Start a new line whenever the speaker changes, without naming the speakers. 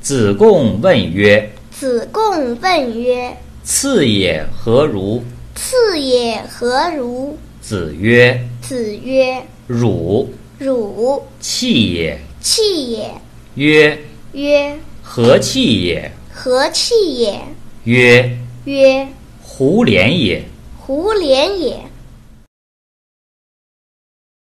子贡问曰
子贡问曰：“
次也何如？”：“
次也何如
子曰？”
子曰：“
汝：“
汝
气也。
气也。”
曰：”
曰
何气也？：“
何气也
曰：”
曰：“
胡连也。
胡连也。”